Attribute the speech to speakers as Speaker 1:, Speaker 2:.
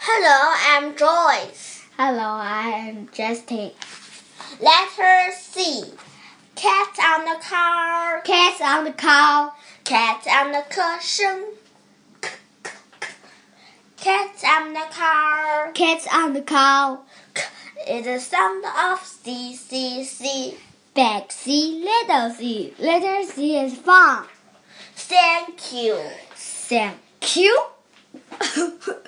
Speaker 1: Hello, I'm Joyce.
Speaker 2: Hello, I am Justin.
Speaker 1: Letter C. Cat on the car.
Speaker 2: Cats on the cow.
Speaker 1: Cat on the cushion. Cat on the car.
Speaker 2: Cats on the cow.
Speaker 1: It's the sound of C, C, C.
Speaker 2: Big C, little C. Little C is fun.
Speaker 1: Thank you.
Speaker 2: Thank you.